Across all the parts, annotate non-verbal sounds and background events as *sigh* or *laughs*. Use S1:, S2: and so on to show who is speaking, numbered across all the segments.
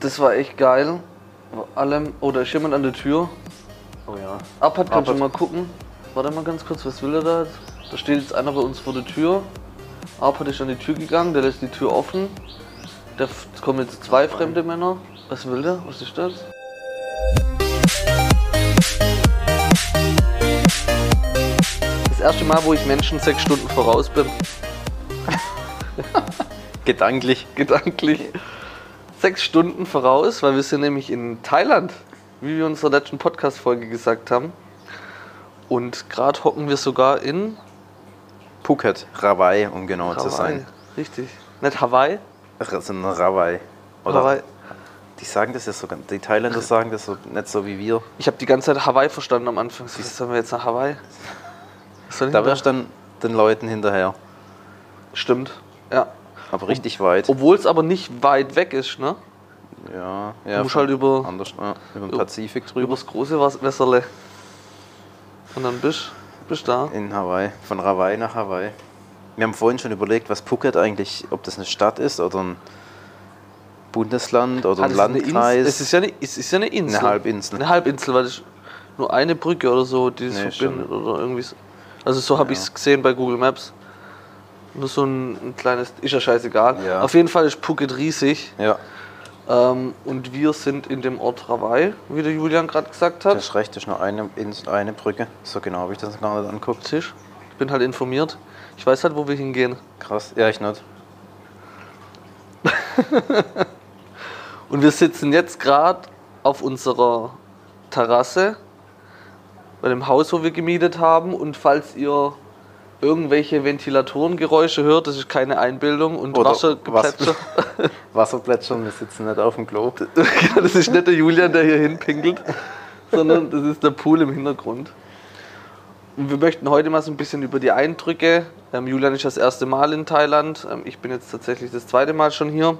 S1: Das war echt geil. Vor allem, oh, da ist jemand an der Tür.
S2: Oh ja.
S1: Abhat, kannst du
S2: Abhat.
S1: mal gucken? Warte mal ganz kurz, was will er da jetzt? Da steht jetzt einer bei uns vor der Tür. Abhat ist an die Tür gegangen, der lässt die Tür offen. Da f- kommen jetzt zwei fremde Männer. Was will der? Was ist das? Das erste Mal, wo ich Menschen sechs Stunden voraus bin,
S2: Gedanklich.
S1: gedanklich sechs Stunden voraus, weil wir sind nämlich in Thailand, wie wir in unserer letzten Podcast-Folge gesagt haben. Und gerade hocken wir sogar in
S2: Phuket, Rawai, um genau zu
S1: Hawaii.
S2: sein.
S1: Richtig. Nicht Hawaii?
S2: Das sind Rawai. Oder?
S1: Hawaii.
S2: Die sagen das ja so ganz. Die Thailänder sagen das so nicht so wie wir.
S1: Ich habe die ganze Zeit Hawaii verstanden am Anfang. So, was sollen wir jetzt nach Hawaii? Was soll ich
S2: Da
S1: denn
S2: wärst du dann den Leuten hinterher.
S1: Stimmt. Ja. Um
S2: Aber richtig weit.
S1: Obwohl es aber nicht weit weg ist, ne?
S2: Ja, ja.
S1: Du musst halt über-
S2: Anders, ja, über den
S1: über-
S2: Pazifik drüber.
S1: Übers große Was- Wässerle. Und dann bist du da.
S2: In Hawaii. Von Rawai nach Hawaii. Wir haben vorhin schon überlegt, was Phuket eigentlich, ob das eine Stadt ist oder ein Bundesland oder
S1: Ah,
S2: ein
S1: das ist eine Insel.
S2: Landkreis.
S1: Es ist ja eine, es ist ja eine Insel.
S2: Eine Halbinsel.
S1: Eine Halbinsel, weil es nur eine Brücke oder so, die es
S2: Nee,
S1: verbindet oder irgendwie so. Also so habe ich es gesehen bei Google Maps. Nur so ein, ein kleines, ist ja scheißegal.
S2: Ja.
S1: Auf jeden Fall ist Phuket riesig.
S2: ja,
S1: Ähm, und wir sind in dem Ort Rawai, wie der Julian gerade gesagt
S2: das
S1: hat.
S2: ist recht, das ist nur eine, Insel, eine Brücke. So genau habe ich das gar nicht angeguckt.
S1: Tisch. Ich bin halt informiert. Ich weiß halt, wo wir hingehen.
S2: Krass, ja, ich nicht.
S1: Und wir sitzen jetzt gerade auf unserer Terrasse bei dem Haus, wo wir gemietet haben. Und falls ihr irgendwelche Ventilatorengeräusche hört, das ist keine Einbildung und
S2: Oder
S1: Wassergeplätscher.
S2: Wasserplätschern, wir sitzen nicht auf dem Klo.
S1: *laughs* das ist nicht der Julian, der hier hinpinkelt, sondern das ist der Pool im Hintergrund. Und wir möchten heute mal so ein bisschen über die Eindrücke. Ähm, Julian ist das erste Mal in Thailand. Ähm, ich bin jetzt tatsächlich das zweite Mal schon hier.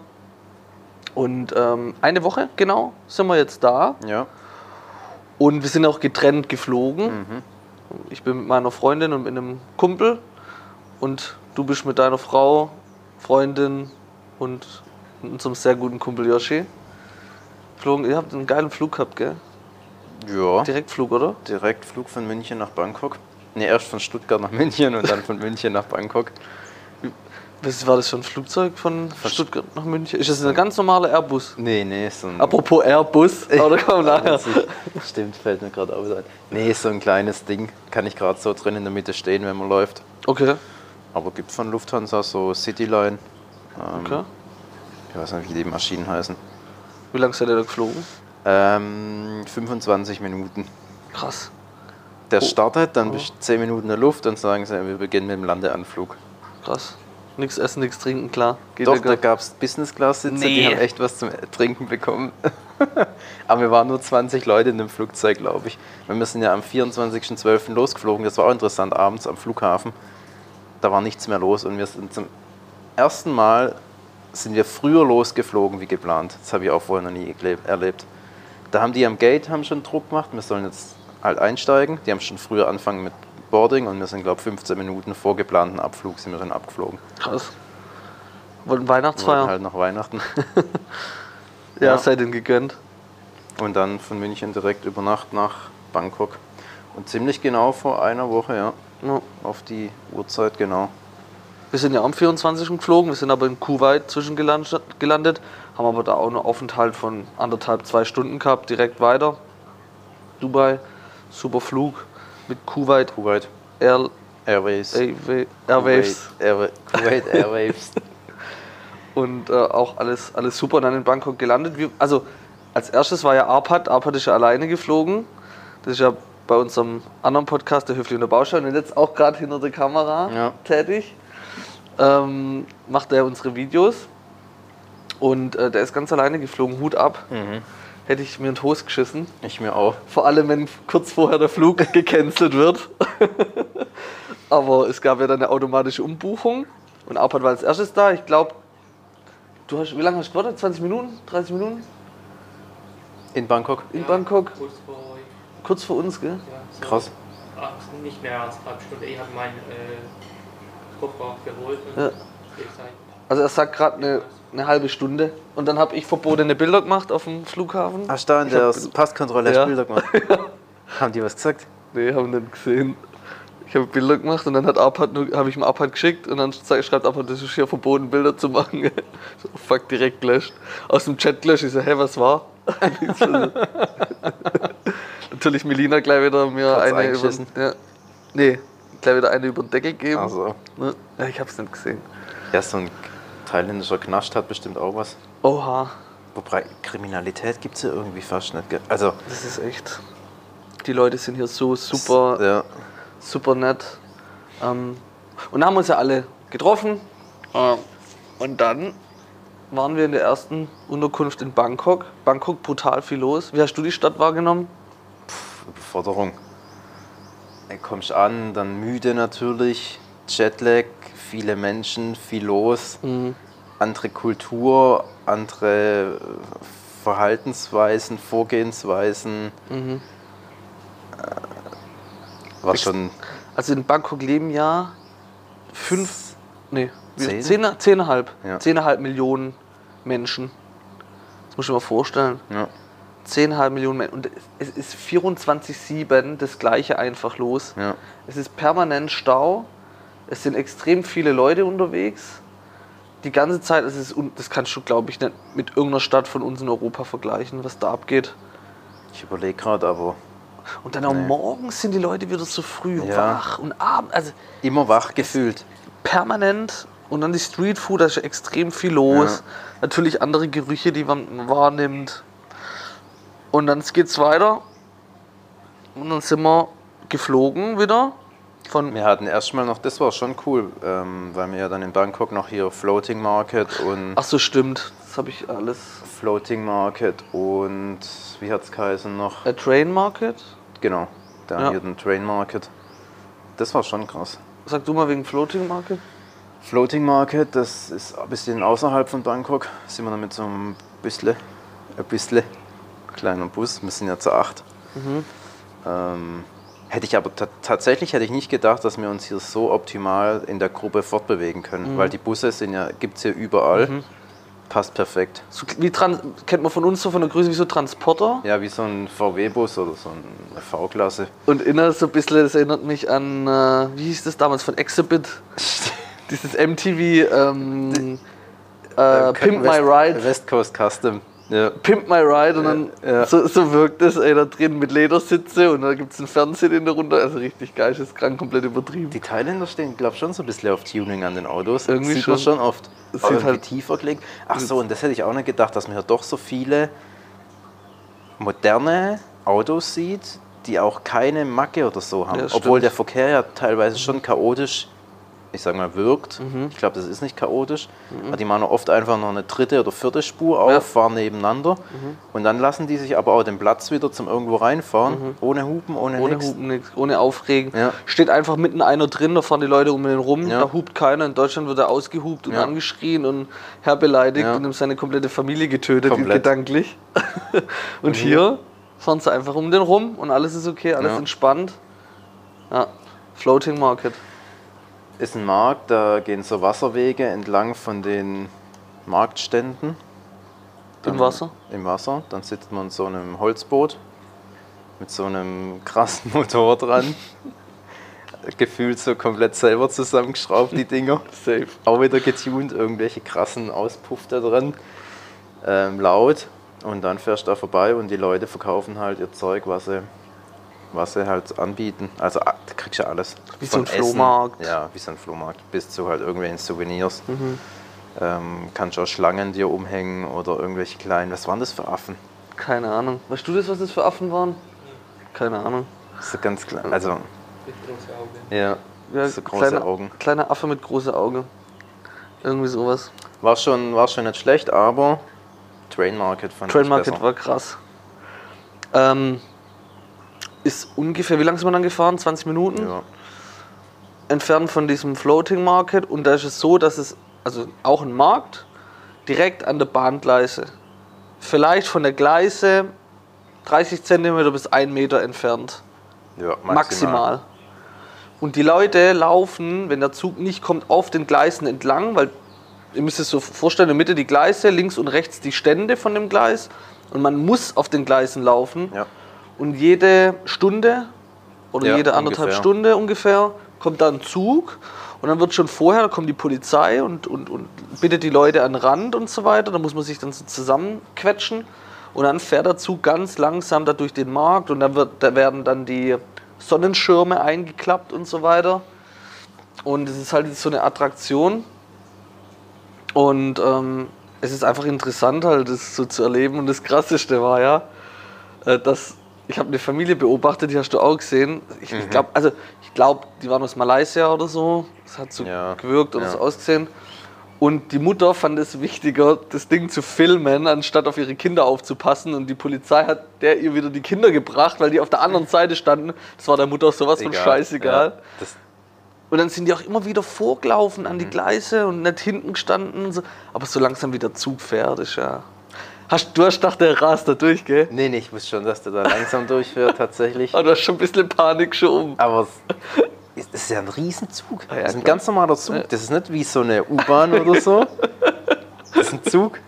S1: Und ähm, eine Woche genau sind wir jetzt da.
S2: Ja,
S1: Und wir sind auch getrennt geflogen. Ich bin mit meiner Freundin und mit einem Kumpel. Und du bist mit deiner Frau, Freundin und unserem sehr guten Kumpel Yoshi. Geflogen. Ihr habt einen geilen Flug gehabt, gell?
S2: ja.
S1: Direktflug, oder?
S2: Direktflug von München nach Bangkok. Ne, erst von Stuttgart nach München und dann von München nach Bangkok.
S1: Was war das für ein Flugzeug von Stuttgart nach München? Ist das ein ganz normaler Airbus?
S2: Nee, nee, so ein.
S1: Apropos Airbus, *laughs* aber da kommen wir nachher.
S2: *laughs* Stimmt, fällt mir gerade auf. Nee, so ein kleines Ding. Kann ich gerade so drin in der Mitte stehen, wenn man läuft.
S1: Okay,
S2: Aber gibt von Lufthansa so Cityline. Ähm,
S1: okay.
S2: Ich weiß nicht, wie die Maschinen heißen.
S1: Wie lange seid ihr da geflogen?
S2: Ähm, 25 Minuten.
S1: Krass.
S2: Der startet, dann bist du 10 Minuten in der Luft, dann sagen sie, wir beginnen mit dem Landeanflug.
S1: Krass. Nichts essen, nichts trinken, klar. Geht
S2: Doch,
S1: ja
S2: da
S1: gar-
S2: gab es Business-Class-Sitze,
S1: Nee.
S2: die haben echt was zum Trinken bekommen. *laughs* Aber wir waren nur 20 Leute in dem Flugzeug, glaube ich. Weil Wir sind ja am 24.12. losgeflogen, das war auch interessant, abends am Flughafen. Da war nichts mehr los und wir sind zum ersten Mal sind wir früher losgeflogen wie geplant. Das habe ich auch vorher noch nie erlebt- erlebt. Da haben die am Gate haben schon Druck gemacht, wir sollen jetzt halt einsteigen. Die haben schon früher anfangen mit Boarding und wir sind, glaube ich, 15 Minuten vor geplanten Abflug sind wir schon abgeflogen.
S1: Krass. Wollten
S2: Wir wollten
S1: Weihnachtsfeiern.
S2: halt nach Weihnachten.
S1: ja,
S2: ja.
S1: sei denn gegönnt.
S2: Und dann von München direkt über Nacht nach Bangkok. Und ziemlich genau vor einer Woche, ja,
S1: Ja.
S2: auf die Uhrzeit genau.
S1: Wir sind ja am 24. geflogen, wir sind aber in Kuwait zwischengelandet, gelandet, haben aber da auch einen Aufenthalt von anderthalb, zwei Stunden gehabt, direkt weiter. Dubai, super Flug mit Kuwait
S2: Kuwait
S1: Air,
S2: Airways.
S1: Airwa- Airwaves
S2: Kuwait, Airwa- Kuwait
S1: *laughs*
S2: Airways.
S1: und äh, auch alles, alles super. Und dann in Bangkok gelandet. Wir, also als erstes war ja Arpad, Arpad ist ja alleine geflogen. Das ist ja bei unserem anderen Podcast, der Höfli und der Baustein, und jetzt auch gerade hinter der Kamera
S2: Ja.
S1: tätig. Ähm, macht er unsere Videos. Und äh, der ist ganz alleine geflogen, Hut ab. Hätte ich mir in den Hose geschissen.
S2: ich mir auch.
S1: Vor allem, wenn kurz vorher der Flug *laughs* gecancelt wird. *laughs* Aber es gab ja dann eine automatische Umbuchung. Und Arpad war als erstes da. Ich glaube, du hast, wie lange hast du gewartet? 20 Minuten? 30 Minuten
S2: In Bangkok.
S1: in Bangkok?
S3: Kurz vor,
S1: Kurz vor uns, gell?
S3: ja, so
S2: Krass.
S3: acht, nicht mehr als halb Stunde. Ich habe meinen äh, Koffer geholt und
S1: Ja.
S3: ich sag,
S1: Also er sagt gerade eine, eine halbe Stunde. Und dann habe ich verbotene Bilder gemacht auf dem Flughafen.
S2: Ach, da in der Passkontrolle hast du
S1: Ja.
S2: Bilder gemacht.
S1: *laughs*
S2: Haben die was gesagt?
S1: Nee, haben nicht gesehen. Ich habe Bilder gemacht und dann hat Arpad nur, habe ich ihm Arpad geschickt und dann zei- schreibt Arpad, das ist hier verboten, Bilder zu machen. *laughs* so, fuck, direkt gelöscht. Aus dem Chat gelöscht. Ich so, hä, was war? *laughs* Ich so, Natürlich Melina gleich wieder mir
S2: Hat's
S1: eine über,
S2: eingeschissen.
S1: ja, nee, gleich wieder eine über den Deckel gegeben.
S2: Also.
S1: Ne? Ja, ich hab's nicht gesehen.
S2: Ja, so ein thailändischer Knast hat bestimmt auch was.
S1: Oha,
S2: Wobei, Kriminalität gibt es ja irgendwie fast nicht. Gell? Also,
S1: das ist echt. Die Leute sind hier so super
S2: Ja.
S1: super nett. Ähm, und dann haben wir uns ja alle getroffen. Ähm, und dann waren wir in der ersten Unterkunft in Bangkok. Bangkok brutal viel los. Wie hast du die Stadt wahrgenommen?
S2: Forderung. Dann kommst an, dann müde natürlich, Jetlag, viele Menschen, viel los, andere Kultur, andere äh, Verhaltensweisen, Vorgehensweisen. Äh, War schon
S1: Also in Bangkok leben ja fünf, nee, zehn,
S2: Zehn?
S1: zehn, zehneinhalb,
S2: Ja.
S1: zehneinhalb Millionen Menschen. Das muss ich mir mal vorstellen.
S2: ja,
S1: Zehneinhalb Millionen Menschen. Und es ist 24-7 das Gleiche einfach los.
S2: ja,
S1: Es ist permanent Stau. Es sind extrem viele Leute unterwegs. Die ganze Zeit ist es, un- das kannst du, glaube ich, nicht mit irgendeiner Stadt von uns in Europa vergleichen, was da abgeht.
S2: ich überlege gerade, aber
S1: Und dann auch
S2: Nee.
S1: morgens sind die Leute wieder so früh
S2: Ja.
S1: wach und abends, also
S2: immer wach gefühlt.
S1: permanent. Und dann die Streetfood, da ist extrem viel los. Natürlich andere Gerüche, die man wahrnimmt. Und dann geht's weiter. Und dann sind wir geflogen wieder. Von,
S2: Wir hatten erstmal noch, das war schon cool, ähm, weil wir ja dann in Bangkok noch hier Floating Market und
S1: ach so, stimmt. Das habe ich alles.
S2: Floating Market und wie hat's geheißen noch?
S1: A Train Market?
S2: Genau, da
S1: Äh, Ja.
S2: hier den Train Market. Das war schon krass.
S1: Sag du mal wegen Floating Market?
S2: Floating Market, das ist ein bisschen außerhalb von Bangkok. Sind wir dann mit so einem Büsle, ein Büsle, kleiner Bus, wir sind ja zu acht. Ähm, hätte ich aber ta- tatsächlich hätte ich nicht gedacht, dass wir uns hier so optimal in der Gruppe fortbewegen können, weil die Busse sind ja, gibt es hier überall. Passt perfekt.
S1: So, wie Tran kennt man von uns so von der Größe wie so Transporter?
S2: Ja, wie so ein VW-Bus oder so eine V-Klasse.
S1: Und inner so ein bisschen, das erinnert mich an, äh, wie hieß das damals von Exhibit? *laughs* Dieses MTV ähm, äh, Pimp My Ride.
S2: West Coast Custom. Ja.
S1: Pimp My Ride und dann
S2: Äh, ja.
S1: so, so wirkt es, ey, da drin mit Ledersitze und dann gibt es einen Fernsehen in der Runde. Also richtig geil, ist krank, komplett übertrieben.
S2: Die Thailänder stehen, glaube ich, schon so ein bisschen auf Tuning an den Autos.
S1: Irgendwie
S2: Sieht man
S1: schon.
S2: schon oft.
S1: Es
S2: Aber
S1: sieht
S2: irgendwie
S1: halt-
S2: tiefer gelegt. Ach so, und das hätte ich auch nicht gedacht, dass man hier doch so viele moderne Autos sieht, die auch keine Macke oder so haben.
S1: Ja, stimmt.
S2: Obwohl der Verkehr ja teilweise schon chaotisch, ich sag mal, wirkt.
S1: Mhm.
S2: Ich glaube, das ist nicht chaotisch. Aber die machen oft einfach noch eine dritte oder vierte Spur auf,
S1: Ja. Mhm.
S2: fahren nebeneinander. Und dann lassen die sich aber auch den Platz wieder zum irgendwo reinfahren. Ohne Hupen, ohne,
S1: Mhm. Ohne
S2: nix.
S1: Hupen nichts, ohne Aufregen.
S2: Ja.
S1: Steht einfach mitten einer drin, da fahren die Leute um den rum,
S2: Ja.
S1: da hupt keiner. In Deutschland wird er ausgehupt und
S2: Ja.
S1: angeschrien und herbeleidigt
S2: Ja.
S1: und ihm seine komplette Familie getötet,
S2: Komplett. Mhm.
S1: gedanklich. *laughs* und hier fahren sie einfach um den rum und alles ist okay, alles
S2: Ja.
S1: entspannt. Ja. Floating Market.
S2: ist ein Markt, da gehen so Wasserwege entlang von den Marktständen.
S1: Im Wasser.
S2: Im Wasser. Dann sitzt man in so einem Holzboot mit so einem krassen *laughs* Motor dran. Gefühlt so komplett selber zusammengeschraubt, die Dinger.
S1: Safe.
S2: Auch wieder getuned, irgendwelche krassen Auspuff da dran. Ähm, laut. Und dann fährst du da vorbei und die Leute verkaufen halt ihr Zeug, was sie, was sie halt anbieten. Also ah, da kriegst du ja alles.
S1: Wie so ein
S2: Essen,
S1: Flohmarkt. Mhm.
S2: Ja, wie so ein Flohmarkt. Bis zu halt irgendwelchen Souvenirs. Ähm, kannst auch Schlangen dir umhängen oder irgendwelche kleinen. Was waren das für Affen?
S1: Keine Ahnung. Weißt du das, was das für Affen waren? Keine Ahnung.
S2: So ganz klein. Also. Ja,
S1: Ja,
S2: so große
S1: kleiner-
S2: Augen.
S1: Kleiner Affe mit großen Augen. Irgendwie sowas.
S2: War schon, war schon nicht schlecht, aber Train Market fand
S1: Train
S2: ich
S1: Market
S2: besser.
S1: war krass. Ähm, ist ungefähr, wie lange sind wir dann gefahren? 20 Minuten?
S2: ja.
S1: Entfernt von diesem Floating Market. Und da ist es so, dass es, also auch ein Markt, direkt an der Bahngleise. Vielleicht von der Gleise 30 cm bis 1 Meter entfernt.
S2: Ja,
S1: Maximal. Und die Leute laufen, wenn der Zug nicht kommt, auf den Gleisen entlang, weil ihr müsst es so vorstellen, in der Mitte die Gleise, links und rechts die Stände von dem Gleis. Und man muss auf den Gleisen laufen.
S2: Ja.
S1: Und jede Stunde oder
S2: Ja,
S1: jede anderthalb
S2: ungefähr.
S1: Stunde ungefähr kommt da ein Zug. Und dann wird schon vorher, da kommt die Polizei und, und, und bittet die Leute an den Rand und so weiter. Da muss man sich dann so zusammenquetschen. Und dann fährt der Zug ganz langsam da durch den Markt und dann wird, da werden dann die Sonnenschirme eingeklappt und so weiter. Und es ist halt so eine Attraktion. Und ähm, es ist einfach interessant, halt das so zu erleben. Und das Krasseste war ja, äh, dass ich habe eine Familie beobachtet, die hast du auch gesehen. Ich,
S2: Mhm.
S1: ich glaube, also ich glaube, die waren aus Malaysia oder so. Das hat so
S2: Ja,
S1: gewirkt oder
S2: ja.
S1: so ausgesehen. Und die Mutter fand es wichtiger, das Ding zu filmen, anstatt auf ihre Kinder aufzupassen. Und die Polizei hat der ihr wieder die Kinder gebracht, weil die auf der
S2: *laughs*
S1: anderen Seite standen. Das war der Mutter sowas von scheißegal.
S2: Ja, das,
S1: Und dann sind die auch immer wieder vorgelaufen
S2: Mhm.
S1: an die Gleise und nicht hinten gestanden. und So. Aber so langsam wie der Zug fährt, ist ja. Hast, du hast gedacht, der rast da durch, gell?
S2: nee, nee, ich wusste schon, dass der da langsam *laughs* durchfährt, tatsächlich.
S1: Aber du hast schon ein bisschen Panik schon. um.
S2: Aber es ist, das ist ja ein Riesenzug.
S1: ja,
S2: das ist ein
S1: klar.
S2: ganz normaler Zug. Das ist nicht wie so eine U-Bahn oder so. Das ist ein
S1: *laughs*
S2: Zug.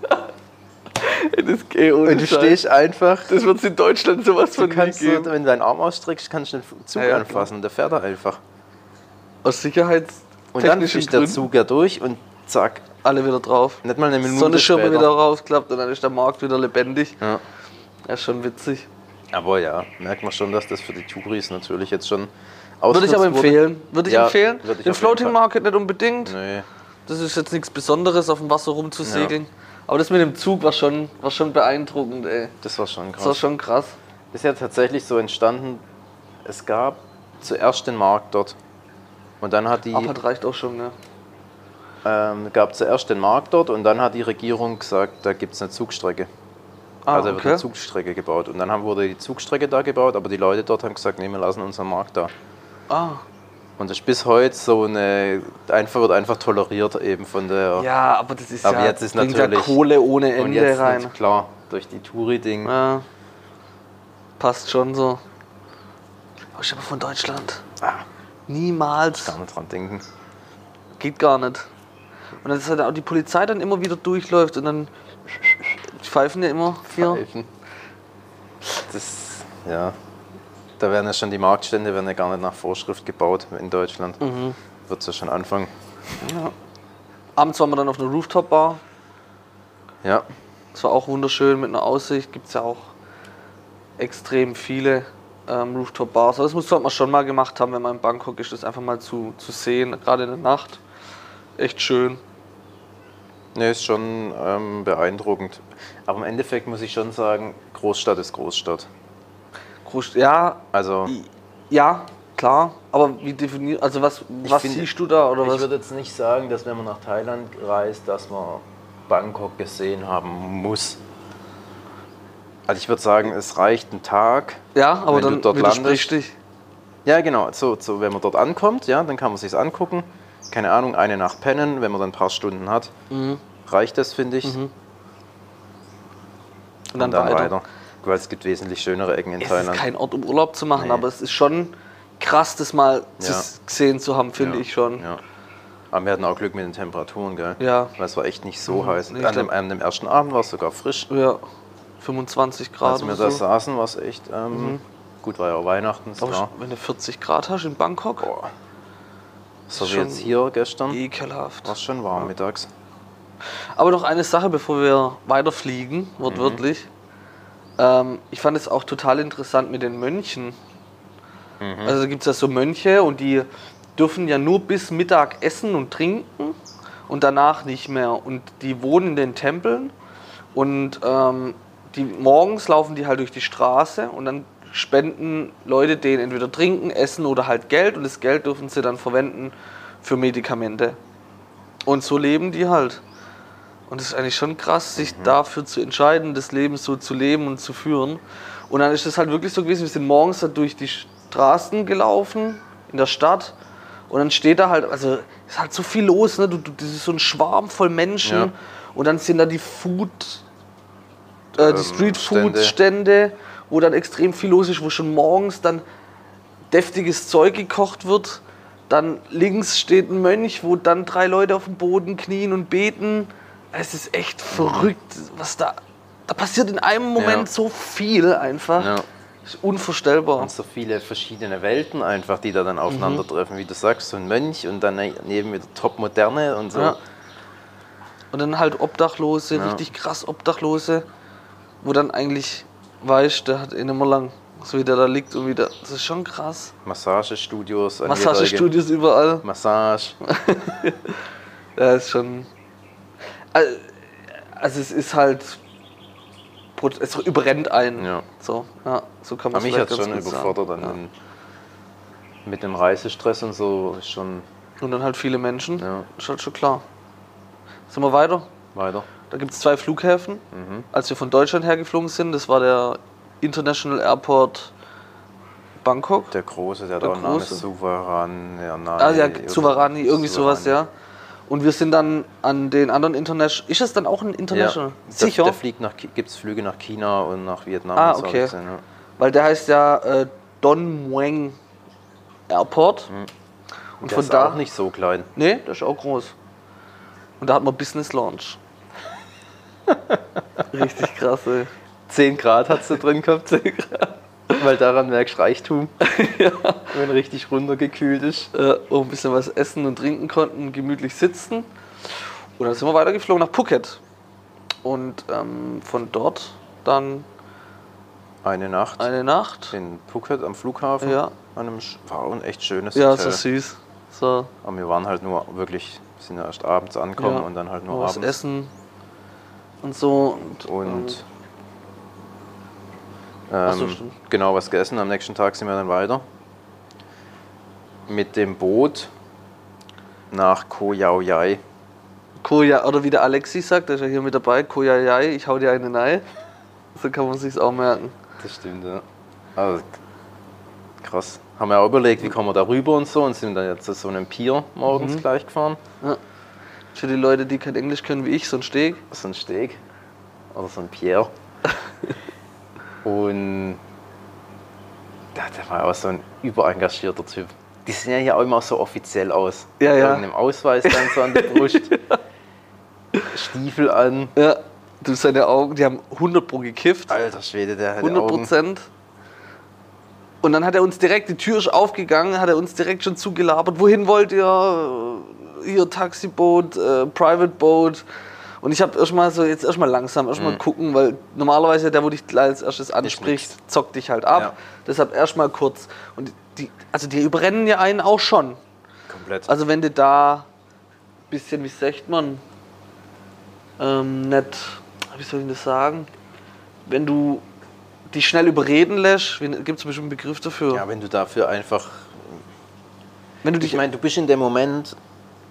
S1: Das geht ohne
S2: Und du
S1: Scheiß.
S2: stehst einfach.
S1: Das wird es in Deutschland sowas
S2: Du
S1: von nicht
S2: kannst, so, wenn
S1: geben.
S2: du deinen Arm ausstreckst, kannst du den Zug
S1: Ja, ja, klar.
S2: anfassen. Der fährt da einfach.
S1: Aus
S2: Und dann
S1: sicherheitstechnischen
S2: ist der
S1: Gründen
S2: Zug ja durch und zack.
S1: alle wieder drauf.
S2: Nicht mal eine Minute
S1: Sonnenschirme
S2: später.
S1: wieder rausklappt und dann ist der Markt wieder lebendig.
S2: Ja.
S1: Ja, ist schon witzig.
S2: Aber ja, merkt man schon, dass das für die Touris natürlich jetzt schon
S1: Würde ich aber empfehlen. Würde ich
S2: Ja,
S1: empfehlen.
S2: würde ich
S1: Den
S2: auf jeden
S1: Floating
S2: Fall.
S1: Market nicht unbedingt.
S2: Nee.
S1: Das ist jetzt nichts Besonderes, auf dem Wasser rumzusegeln. Aber das mit dem Zug war schon, war schon beeindruckend, ey.
S2: Das war schon krass.
S1: Das war schon krass.
S2: ist ja tatsächlich so entstanden, es gab zuerst den Markt dort. Und dann hat die
S1: Aber das reicht auch schon, ne?
S2: ähm, gab zuerst den Markt dort und dann hat die Regierung gesagt, da gibt es eine Zugstrecke.
S1: Ah,
S2: also wird
S1: okay.
S2: eine Zugstrecke gebaut. Und dann haben, wurde die Zugstrecke da gebaut, aber die Leute dort haben gesagt, nee, wir lassen unseren Markt da.
S1: ah.
S2: Und das ist bis heute so eine, einfach wird einfach toleriert eben von der
S1: Ja, aber das ist
S2: Aber
S1: ja,
S2: jetzt ist
S1: bringt ja
S2: natürlich-
S1: Kohle ohne
S2: und
S1: Ende
S2: jetzt
S1: rein.
S2: nicht, klar, durch die Touri-Ding.
S1: Ja. Passt schon so. Aber ich aber von Deutschland.
S2: Ah,
S1: Niemals.
S2: kann man dran denken.
S1: Geht gar nicht. Und dann ist halt auch die Polizei dann immer wieder durchläuft und dann die pfeifen ja immer hier.
S2: Helfen. Das, ja. Da werden ja schon die Marktstände werden ja gar nicht nach Vorschrift gebaut in Deutschland.
S1: Mhm.
S2: Wird es ja schon anfangen.
S1: Abends waren wir dann auf einer Rooftop-Bar.
S2: Ja,
S1: Es war auch wunderschön mit einer Aussicht. Gibt es ja auch extrem viele ähm, Rooftop-Bars. Aber das muss- sollte man schon mal gemacht haben, wenn man in Bangkok ist, das einfach mal zu, zu sehen, gerade in der Nacht. Echt schön.
S2: ne, ist schon ähm, beeindruckend. Aber im Endeffekt muss ich schon sagen, Großstadt ist Großstadt.
S1: Groß ja,
S2: Also,
S1: ja, klar. Aber wie definiert, also was, was
S2: finde-
S1: siehst du da? Oder
S2: ich
S1: was?
S2: würde jetzt nicht sagen, dass wenn man nach Thailand reist, dass man Bangkok gesehen haben muss. Also ich würde sagen, es reicht ein Tag.
S1: Ja, aber
S2: wenn du
S1: dann
S2: dort
S1: widersprichst dich.
S2: Ja, genau. So, so, wenn man dort ankommt, ja, dann kann man sich's angucken. Keine Ahnung, eine Nacht pennen, wenn man dann ein paar Stunden hat.
S1: Mhm.
S2: Reicht das, finde ich.
S1: Und Mhm. dann, weiter.
S2: Weil es gibt wesentlich schönere Ecken in
S1: Es ist
S2: Thailand.
S1: kein Ort, um Urlaub zu machen,
S2: Nee.
S1: aber es ist schon krass, das mal zu
S2: Ja.
S1: gesehen zu haben, finde
S2: ja.
S1: ich schon.
S2: Ja. Aber wir hatten auch Glück mit den Temperaturen, gell?
S1: Ja. Mhm.
S2: Weil es war echt nicht so heiß.
S1: Nee, ich
S2: an,
S1: glaub-
S2: dem, an dem ersten Abend war es sogar frisch.
S1: Ja. 25 Grad.
S2: Als wir
S1: oder
S2: da
S1: so. Mhm.
S2: saßen, war es echt. Ähm, Gut, war ja Oh. auch Weihnachten, ist
S1: Aber
S2: klar.
S1: wenn du 40 Grad hast in Bangkok,
S2: Boah. So wie
S1: schon eh
S2: jetzt hier gestern.
S1: ekelhaft.
S2: War es schon warm mittags.
S1: Aber noch eine Sache, bevor wir weiterfliegen, wortwörtlich. Ähm, ich fand es auch total interessant mit den Mönchen. Also da gibt es ja so Mönche und die dürfen ja nur bis Mittag essen und trinken und danach nicht mehr. Und die wohnen in den Tempeln und ähm, die, morgens laufen die halt durch die Straße und dann spenden Leute denen entweder trinken, essen oder halt Geld und das Geld dürfen sie dann verwenden für Medikamente. Und so leben die halt. Und es ist eigentlich schon krass,
S2: Mhm.
S1: sich dafür zu entscheiden, das Leben so zu leben und zu führen. Und dann ist es halt wirklich so gewesen, wir sind morgens da durch die Straßen gelaufen, in der Stadt. Und dann steht da halt, also ist halt so viel los, ne? Du, du, das ist so ein Schwarm voll Menschen.
S2: Ja.
S1: Und dann sind da die Food, äh, die
S2: Ähm,
S1: Street Food Stände, wo dann extrem viel los ist, wo schon morgens dann deftiges Zeug gekocht wird. Dann links steht ein Mönch, wo dann drei Leute auf dem Boden knien und beten. Es ist echt verrückt, was da. Da passiert in einem Moment
S2: Ja.
S1: so viel einfach.
S2: Ja.
S1: Ist unvorstellbar.
S2: Und so viele verschiedene Welten einfach, die da dann aufeinandertreffen, wie du sagst, so ein Mönch und dann neben wieder Top-Moderne und so.
S1: Ja. Und dann halt Obdachlose,
S2: Ja.
S1: richtig krass Obdachlose, wo dann eigentlich weißt, der hat eh nicht mehr lang. So wie der da liegt und wieder. Das ist schon krass.
S2: Massagestudios, an jeder Ecke.
S1: Massagestudios überall.
S2: Massage.
S1: Ja, ist schon. Al- Also es ist halt. brut- Es überrennt einen.
S2: Ja.
S1: So, ja, so kann man
S2: Aber
S1: es
S2: mich
S1: vielleicht
S2: hat schon
S1: ganz gut
S2: überfordert
S1: sagen.
S2: an den, mit dem Reisestress und so. ist Schon
S1: Ja. Und dann halt viele Menschen.
S2: Ja.
S1: Ist halt schon klar. Sind wir weiter?
S2: weiter.
S1: Da gibt es zwei Flughäfen.
S2: Mhm.
S1: Als wir von Deutschland hergeflogen sind, das war der International Airport Bangkok.
S2: Der Große, der,
S1: Der
S2: da auch Name
S1: Große.
S2: Souveran. Ja, nein,
S1: Ah ja, Suvarani, irgendwie sowas,
S2: Suvarani.
S1: ja. Und wir sind dann an den anderen International. Ist es dann auch ein International?
S2: Ja,
S1: Sicher.
S2: Da, da fliegt nach, gibt es Flüge nach China und nach Vietnam.
S1: Ah,
S2: und so
S1: okay.
S2: ein bisschen, ja.
S1: Weil der heißt ja äh, Don Muang Airport. Und
S2: Mhm. Der
S1: von
S2: ist
S1: da.
S2: auch nicht so klein.
S1: Nee, der ist auch groß. Und da hat man Business
S2: *laughs*
S1: Launch. Richtig krass, ey.
S2: 10 Grad hat sie drin gehabt. Weil daran merkst du Reichtum. Wenn richtig runtergekühlt ist.
S1: Äh, wo ein bisschen was essen und trinken konnten, gemütlich sitzen. Und dann sind wir weitergeflogen nach Phuket. Und ähm, von dort dann
S2: Eine Nacht
S1: eine Nacht.
S2: in Phuket am Flughafen.
S1: Ja.
S2: An einem sch- war auch ein echt schönes
S1: Ja, es
S2: Hotel.
S1: war süß. So,
S2: Aber wir waren halt nur wirklich, sind ja erst abends angekommen
S1: ja.
S2: und dann halt
S1: Mal
S2: nur
S1: was
S2: abends.
S1: essen und so. Und, ähm,
S2: Und
S1: so,
S2: ähm,
S1: stimmt.
S2: genau was gegessen. Am nächsten Tag sind wir dann weiter. Mit dem Boot nach Koh Yao Yai.
S1: Koja, oder wie der Alexi sagt, der ist ja hier mit dabei, Koja Jai, ich hau dir eine Nei. So kann man sich's auch merken.
S2: Das stimmt, ja. Also, krass. Haben wir auch überlegt, wie kommen wir da rüber und so und sind dann jetzt zu so einem Pier morgens
S1: Mhm.
S2: gleich gefahren.
S1: Für die Leute, die kein Englisch können wie ich, so ein Steg.
S2: So ein Steg. Oder so
S1: *laughs*
S2: ein Pier. und da, da war auch so ein überengagierter Typ. Die sehen ja hier auch immer so offiziell aus.
S1: Ja,
S2: Mit
S1: ja.
S2: Irgendeinem Ausweis dann so
S1: *laughs*
S2: an der Brust. Stiefel an.
S1: Ja, du seine Augen, die haben 100 pro gekifft.
S2: Alter Schwede, der hat
S1: 100 Prozent. Und dann hat er uns direkt, die Tür ist aufgegangen, hat er uns direkt schon zugelabert, wohin wollt ihr? Hier Taxiboot, äh, Private Boat. Und ich habe erstmal so, jetzt erstmal langsam, erstmal gucken, weil normalerweise der, wo dich gleich als erstes anspricht, zockt dich halt ab.
S2: Ja.
S1: Deshalb erstmal kurz. Und die, also die überrennen ja einen auch schon.
S2: Komplett.
S1: Also wenn du da ein bisschen, wie sagt man, ähm, nicht, wie soll ich das sagen, wenn du dich schnell überreden lässt, gibt es bestimmt einen Begriff dafür,
S2: ja, wenn du dafür einfach.
S1: wenn du dich
S2: Ich meine, du bist in dem Moment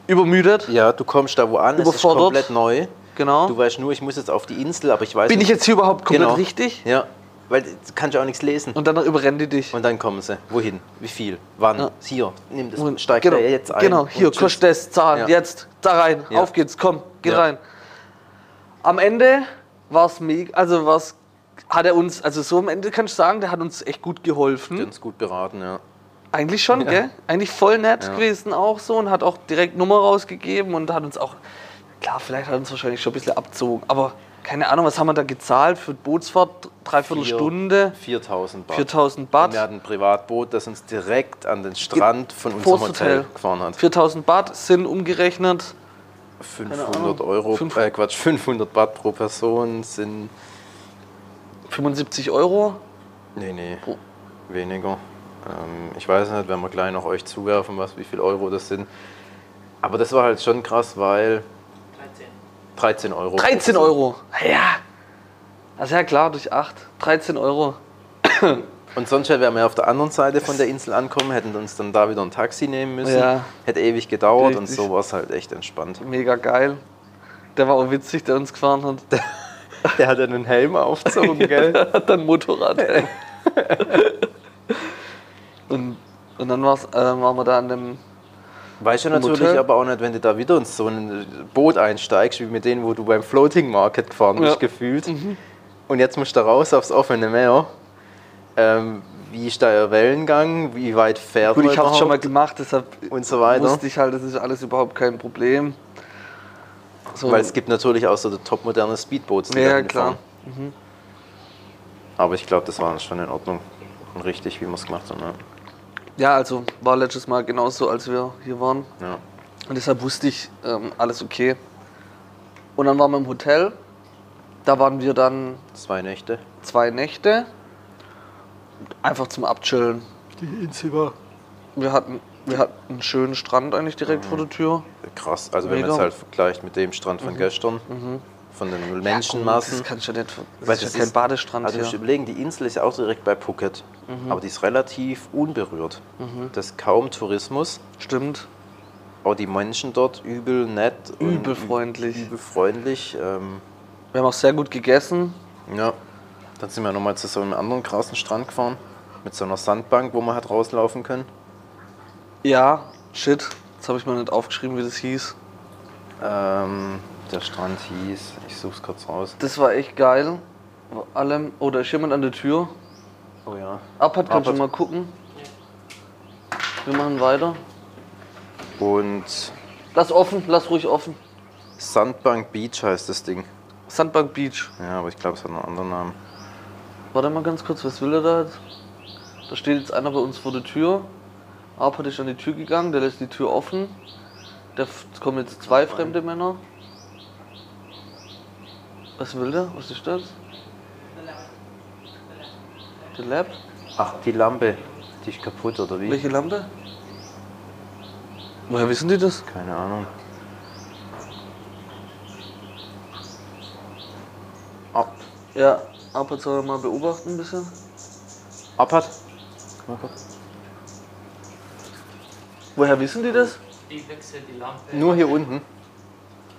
S1: übermüdet,
S2: Ja, du kommst da wo an, es ist
S1: Überfordert.
S2: komplett neu.
S1: genau,
S2: Du weißt nur, ich muss jetzt auf die Insel, aber ich weiß
S1: bin ich
S2: nicht-
S1: jetzt hier überhaupt komplett
S2: Genau.
S1: richtig?
S2: Ja, weil du kannst ja auch nichts lesen.
S1: Und dann überrennen die dich.
S2: Und dann kommen sie. Wohin? Wie viel? Wann?
S1: Ja.
S2: Hier. Nimm das.
S1: Und-
S2: steig
S1: genau,
S2: da jetzt ein.
S1: Genau,
S2: Und
S1: hier,
S2: tschüss.
S1: kostet das, zahlen,
S2: Ja.
S1: jetzt, da rein,
S2: Ja.
S1: auf geht's, komm, geh
S2: Ja.
S1: rein. Am Ende war es mega, also war's, hat er uns, also so am Ende kann ich sagen, der hat uns echt gut geholfen.
S2: Die uns gut beraten, ja.
S1: Eigentlich schon, gell? Eigentlich voll nett
S2: Ja.
S1: gewesen auch so und hat auch direkt Nummer rausgegeben und hat uns auch, klar, vielleicht hat uns wahrscheinlich schon ein bisschen abzogen, aber keine Ahnung, was haben wir da gezahlt für die Bootsfahrt? Dreiviertel
S2: Vier-
S1: Stunde,
S2: 4000 Baht.
S1: 4000
S2: Und Wir
S1: Baht.
S2: hatten ein Privatboot, das uns direkt an den Strand von unserem
S1: Vors
S2: Hotel,
S1: Hotel.
S2: gefahren hat.
S1: 4000 Baht sind umgerechnet
S2: 500
S1: Ahnung.
S2: Euro,
S1: Fünf-
S2: äh Quatsch, 500 Baht pro Person sind,
S1: 75 Euro.
S2: nee, nee,
S1: Pro-
S2: weniger. Ähm, ich weiß nicht, wenn wir gleich noch euch zuwerfen, was, wie viel Euro das sind. Aber das war halt schon krass, weil 13 Euro.
S1: 13 Euro. Ah, Ja. Also ja klar, durch 8. 13 Euro.
S2: Und sonst hätten wir auf der anderen Seite von der Insel ankommen, hätten uns dann da wieder ein Taxi nehmen müssen.
S1: Ja.
S2: Hätte ewig gedauert und
S1: Richtig.
S2: so war es halt echt entspannt.
S1: Mega geil. Der war auch witzig, der uns gefahren hat.
S2: Der hat ja einen Helm aufgezogen, *laughs* gell?
S1: hat dann Motorrad. *laughs* und, und dann war's, äh, waren wir da an dem.
S2: Weißt du natürlich
S1: Hotel?
S2: aber auch nicht, wenn du da wieder in so ein Boot einsteigst, wie mit denen, wo du beim Floating Market gefahren bist,
S1: Ja. Mhm.
S2: gefühlt. Und jetzt musst du raus aufs offene Meer. Ähm, wie ist da der Wellengang, wie weit fährt
S1: Gut,
S2: man
S1: ich habe es
S2: überhaupt
S1: schon mal gemacht, deshalb
S2: und so weiter.
S1: wusste ich halt, das ist alles überhaupt kein Problem. So,
S2: Weil es gibt natürlich auch so topmoderne Speedboots, die
S1: Ja,
S2: dahin
S1: klar. Mhm.
S2: fahren. Aber ich glaube, das war schon in Ordnung und richtig, wie wir es gemacht haben. Ja.
S1: ja, also war letztes Mal genauso, als wir hier waren.
S2: Ja.
S1: Und deshalb wusste ich, ähm, alles okay. Und dann waren wir im Hotel. Da waren wir dann
S2: Zwei Nächte.
S1: zwei Nächte. Einfach zum Abchillen.
S2: Die Insel war.
S1: Wir hatten, wir hatten einen schönen Strand eigentlich direkt vor der Tür.
S2: Krass, also wenn man
S1: Mega. Mhm.
S2: es halt vergleicht mit dem Strand von gestern, von den Menschenmassen.
S1: Das kannst du ja nicht. ver-
S2: Weil
S1: Das ist
S2: das
S1: ja Mhm. kein
S2: ist-
S1: Badestrand
S2: Also du musst
S1: hier.
S2: überlegen, die Insel ist auch direkt bei Phuket, aber die ist relativ unberührt.
S1: Mhm.
S2: Das ist kaum Tourismus,
S1: Stimmt.
S2: aber die Menschen dort übel nett. und
S1: Übel freundlich.
S2: Übel freundlich. Ähm,
S1: Wir haben auch sehr gut gegessen.
S2: ja, dann sind wir nochmal zu so einem anderen krassen Strand gefahren, mit so einer Sandbank, wo man hat rauslaufen können.
S1: Ja, shit. Jetzt habe ich mir nicht aufgeschrieben, wie das hieß.
S2: Ähm, der Strand hieß, ich such's kurz raus.
S1: Das war echt geil. Vor allem. Oh, da ist jemand an der Tür.
S2: Oh ja.
S1: Abhat, kannst du
S2: Abhat.
S1: mal gucken? Wir machen weiter.
S2: Und
S1: Lass offen, lass ruhig offen.
S2: Sandbank Beach heißt das Ding.
S1: Sandbank Beach.
S2: Ja, aber ich glaube, es hat einen anderen Namen.
S1: Warte mal ganz kurz, was will er da jetzt? Da steht jetzt einer bei uns vor der Tür. Arpad ist an die Tür gegangen, der lässt die Tür offen. Da f- kommen jetzt zwei fremde Männer. Was will der? Was ist das? Der Lab?
S2: Ach, die Lampe, die ist kaputt oder wie?
S1: Welche Lampe? Woher wissen die das?
S2: Keine Ahnung. Ab.
S1: Ja, Arpad soll mal beobachten ein bisschen.
S2: Abhat?
S1: Woher wissen die das?
S3: Die wechselt die Lampe.
S2: Nur hier unten.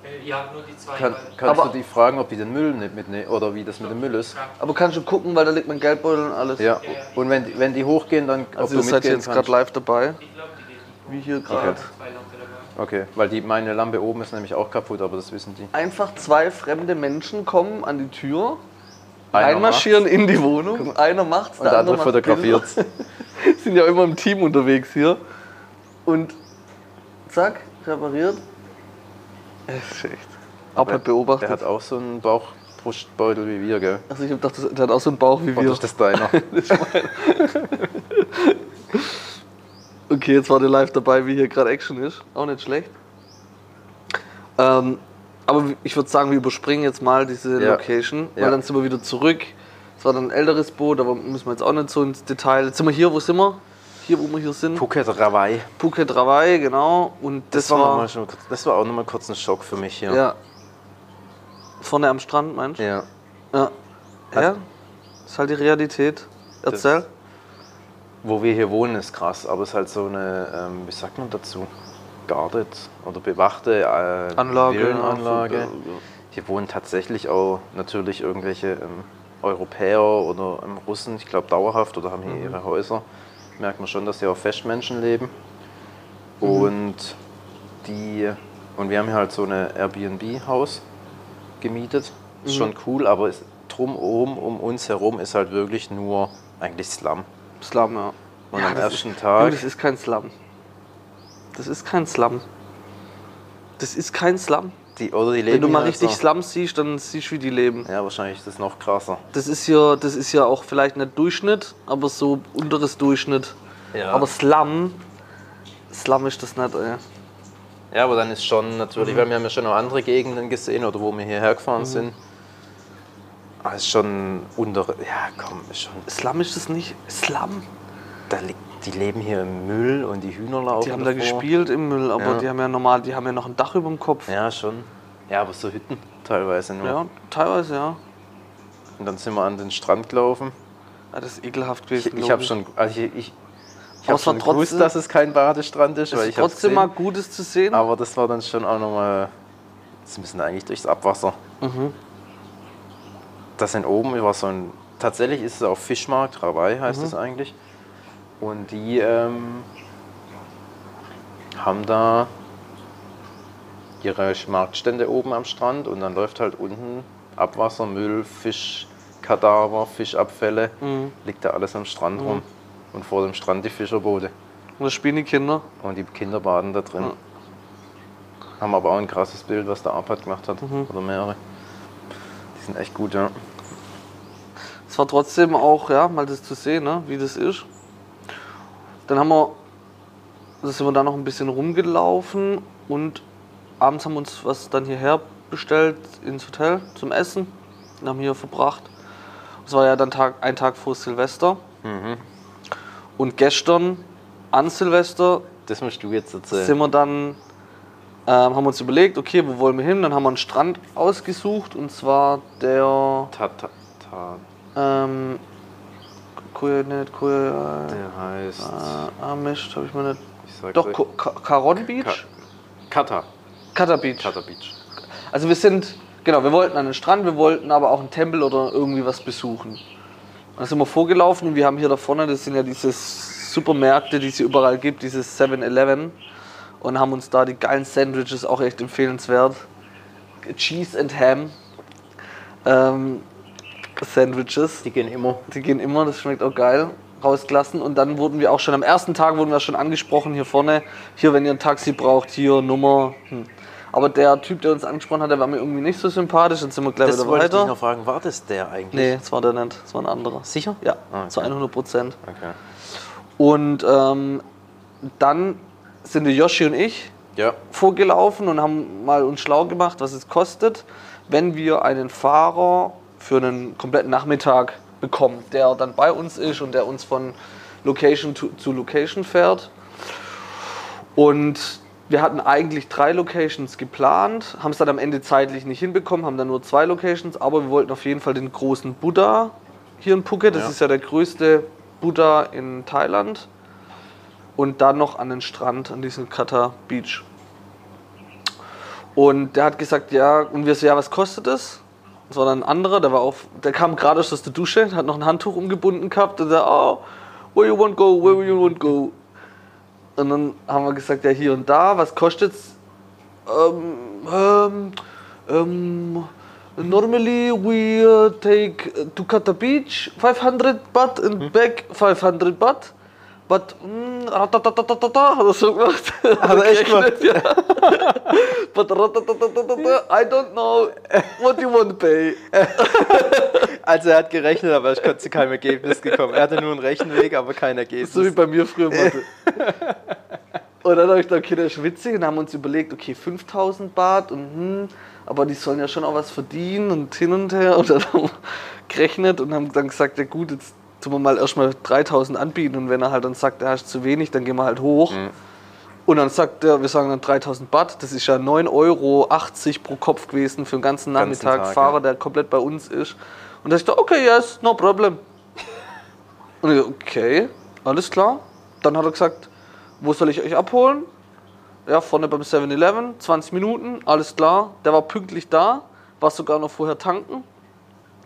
S3: Äh, Ja, nur die zwei.
S2: Kann,
S3: weil-
S2: kannst
S1: Aber-
S2: du die fragen, ob die den Müll nicht mitnehmen oder wie das mit dem Müll ist?
S1: Aber kannst du gucken, weil da liegt mein Geldbeutel und alles.
S2: Ja, und wenn, die- wenn die hochgehen, dann ob
S1: Also ihr
S2: du
S1: seid
S2: mitgehen
S1: jetzt gerade live dabei.
S3: Ich glaube, die geht nicht.
S1: Wie hier gerade.
S3: Zwei Lampen dabei.
S2: Okay, weil die, meine Lampe oben ist nämlich auch kaputt, aber das wissen die.
S1: Einfach zwei fremde Menschen kommen an die Tür,
S2: Einer
S1: einmarschieren in die Wohnung, einer macht's,
S2: macht's Und der andere
S1: macht
S2: fotografiert.
S1: Bilder. *laughs* Sind ja immer im Team unterwegs hier. Und zack, repariert. Es ist echt. Aber hat
S2: Der hat
S1: beobachtet.
S2: auch so einen Bauchbrustbeutel wie wir, gell?
S1: Also ich hab gedacht, das- der hat auch so einen Bauch wie
S2: Oder
S1: wir.
S2: ist
S1: *laughs*
S2: das deiner?
S1: Okay, jetzt war der live dabei, wie hier gerade Action ist. Auch nicht schlecht. Ähm, aber ich würde sagen, wir überspringen jetzt mal diese
S2: Ja.
S1: Location, weil
S2: Ja.
S1: dann sind wir wieder zurück. Es war dann ein älteres Boot, aber müssen wir jetzt auch nicht so ins Detail. Jetzt sind wir hier, wo sind wir? Hier, wo wir hier sind.
S2: Phuket Rawai.
S1: Phuket Rawai, genau. Und das,
S2: Das war, noch
S1: war
S2: mal schon, kurz- das war auch nochmal kurz ein Schock für mich hier.
S1: ja. vorne am Strand, meinst du?
S2: ja.
S1: Ja. ja. Ist halt die Realität. Erzähl.
S2: Wo wir hier wohnen, ist krass, aber es ist halt so eine, ähm, wie sagt man dazu? Guarded oder bewachte äh,
S1: Anlage,
S2: Villenanlage.
S1: ja.
S2: Hier wohnen tatsächlich auch natürlich irgendwelche ähm, Europäer oder ähm, Russen, ich glaube dauerhaft oder haben
S1: Mhm.
S2: hier ihre Häuser. Merkt man schon, dass hier auch Festmenschen leben.
S1: Mhm.
S2: Und die und wir haben hier halt so eine Airbnb-Haus gemietet. Ist
S1: Mhm.
S2: schon cool, aber ist, drumherum um uns herum ist halt wirklich nur eigentlich Slum.
S1: Slum, ja.
S2: Und am
S1: das
S2: ersten
S1: ist,
S2: Tag-
S1: Junge, Das ist kein Slum. Das ist kein Slum. Das ist kein Slum.
S2: Die, oder die leben
S1: Wenn du mal
S2: hier
S1: richtig
S2: so.
S1: Slum siehst, dann siehst du, wie die leben.
S2: Ja, wahrscheinlich ist das noch krasser.
S1: Das ist ja, das ist ja auch vielleicht nicht Durchschnitt, aber so unteres Durchschnitt.
S2: Ja.
S1: Aber Slum, Slum ist das nicht, ey.
S2: Ja, aber dann ist schon natürlich, weil wir haben ja schon noch andere Gegenden gesehen oder wo wir hierher gefahren sind. Aber ist schon unter. Ja, komm, ist schon.
S1: Slum ist das nicht. Slum.
S2: Da liegt, die leben hier im Müll und die Hühner laufen.
S1: Die haben da
S2: davor.
S1: gespielt im Müll, aber
S2: Ja.
S1: die haben ja normal, die haben ja noch ein Dach über dem Kopf.
S2: Ja, schon. Ja, aber so Hütten teilweise nur.
S1: ja teilweise, ja.
S2: Und dann sind wir an den Strand gelaufen.
S1: Ah, Das ist ekelhaft
S2: Ich,
S1: gewesen.
S2: ich
S1: glaub
S2: habe schon. Also ich, ich, ich
S1: Aber
S2: habe
S1: es war
S2: schon
S1: trotzdem-
S2: gewusst, dass es kein Badestrand ist,
S1: Es
S2: weil
S1: ist
S2: ich hab's
S1: trotzdem mal
S2: gesehen.
S1: Gutes zu sehen.
S2: Aber das war dann schon auch nochmal. Jetzt müssen wir eigentlich durchs Abwasser. Das sind oben war so ein. Tatsächlich ist es auch Fischmarkt, Rawai heißt es eigentlich. Und die ähm, haben da ihre Marktstände oben am Strand und dann läuft halt unten Abwasser, Müll, Fischkadaver, Fischabfälle, liegt da alles am Strand rum. und vor dem Strand die Fischerboote.
S1: Und da spielen die Kinder.
S2: Und die Kinder baden da drin. Haben aber auch ein krasses Bild, was der Arpad gemacht hat. Oder mehrere. Die sind echt gut, ja.
S1: Es war trotzdem auch, ja, mal das zu sehen, ne, wie das ist. Dann haben wir, also sind wir da noch ein bisschen rumgelaufen und abends haben wir uns was dann hierher bestellt ins Hotel zum Essen und haben hier verbracht. Es war ja dann Tag, ein Tag vor Silvester. Und gestern an Silvester
S2: Das musst du jetzt
S1: sind
S2: erzählen.
S1: wir dann, ähm, haben uns überlegt, okay, wo wollen wir hin? Dann haben wir einen Strand ausgesucht und zwar der
S2: Ta, ta, ta,
S1: ähm, Kuya, nicht Kuya, äh,
S2: der heißt.
S1: ah Mist, hab ich mir nicht.
S2: ich sag's
S1: Doch,
S2: euch.
S1: Ko- Ka Karon Beach?
S2: Kata.
S1: Kata Beach.
S2: Kata Beach.
S1: Also wir sind, genau, wir wollten an den Strand, wir wollten aber auch einen Tempel oder irgendwie was besuchen. Und dann sind wir vorgelaufen und wir haben hier da vorne, das sind ja diese Supermärkte, die es hier überall gibt, dieses 7-Eleven. Und haben uns da die geilen Sandwiches auch echt empfehlenswert. Cheese and Ham ähm, Sandwiches.
S2: Die gehen immer.
S1: Die gehen immer, das schmeckt auch geil. Rausgelassen und dann wurden wir auch schon am ersten Tag wurden wir schon angesprochen hier vorne. Hier, wenn ihr ein Taxi braucht, hier Nummer. Hm. Aber der Typ, der uns angesprochen hat, der war mir irgendwie nicht so sympathisch. Jetzt sind wir gleich
S2: Das
S1: wieder
S2: wollte ich halt dich
S1: weiter.
S2: noch fragen, war das der eigentlich?
S1: Nee, das war der nicht. Das war ein anderer.
S2: Sicher?
S1: Ja,
S2: Ah, okay.
S1: zu 100 Prozent.
S2: Okay.
S1: Und ähm, dann sind der Yoshi und ich
S2: Ja.
S1: vorgelaufen und haben mal uns schlau gemacht, was es kostet, wenn wir einen Fahrer für einen kompletten Nachmittag bekommen, der dann bei uns ist und der uns von Location to, zu Location fährt. Und wir hatten eigentlich drei Locations geplant, haben es dann am Ende zeitlich nicht hinbekommen, haben dann nur zwei Locations, aber wir wollten auf jeden Fall den großen Buddha hier in Phuket, das
S2: Ja.
S1: ist ja der größte Buddha in Thailand, und dann noch an den Strand, an diesen Kata Beach. Und der hat gesagt, ja, und wir so, ja, was kostet das? Das war dann ein anderer, der war auch, der kam gerade aus der Dusche, hat noch ein Handtuch umgebunden gehabt und der, oh, where you want go, where you want go. Und dann haben wir gesagt, ja, hier und da, was kostet's? Um, um, normally we uh, take uh, to Kata Beach 500 baht
S2: Hm?
S1: and back 500 baht. But mm, ratatatatata, hat er so
S2: *laughs*
S1: gemacht. Hat
S2: er echt
S1: gerechnet, Ja. *laughs* But ratatatatata, I don't know what you want to pay.
S2: Also er hat gerechnet, aber ich konnte zu keinem Ergebnis gekommen. Er hatte nur einen Rechenweg, aber kein Ergebnis.
S1: So wie bei mir früher im Mathe. Und dann habe ich gedacht, okay, der ist witzig und haben uns überlegt, okay, 5000 Baht und hm, aber die sollen ja schon auch was verdienen und hin und her. Und dann haben wir gerechnet und haben dann gesagt, ja gut, jetzt tun wir mal erstmal 3000 anbieten und wenn er halt dann sagt, er ist zu wenig, dann gehen wir halt hoch. Und dann sagt er, wir sagen dann 3000 Baht, das ist ja 9,80 Euro pro Kopf gewesen für den ganzen
S2: Ganzen
S1: Nachmittag.
S2: Tag,
S1: Fahrer,
S2: ja.
S1: der komplett bei uns ist. Und da ich dachte, okay, yes, no
S2: *laughs*
S1: problem. Und ich, so, okay, alles klar. Dann hat er gesagt, wo soll ich euch abholen? Ja, vorne beim 7-Eleven, 20 Minuten, alles klar. Der war pünktlich da, war sogar noch vorher tanken,